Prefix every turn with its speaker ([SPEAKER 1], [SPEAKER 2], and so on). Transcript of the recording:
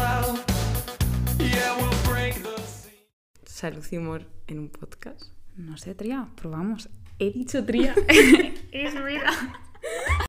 [SPEAKER 1] out. Yeah, we'll break the seal.
[SPEAKER 2] Salud y humor en un podcast.
[SPEAKER 3] No sé, Tría, probamos. He dicho Tría. es verdad.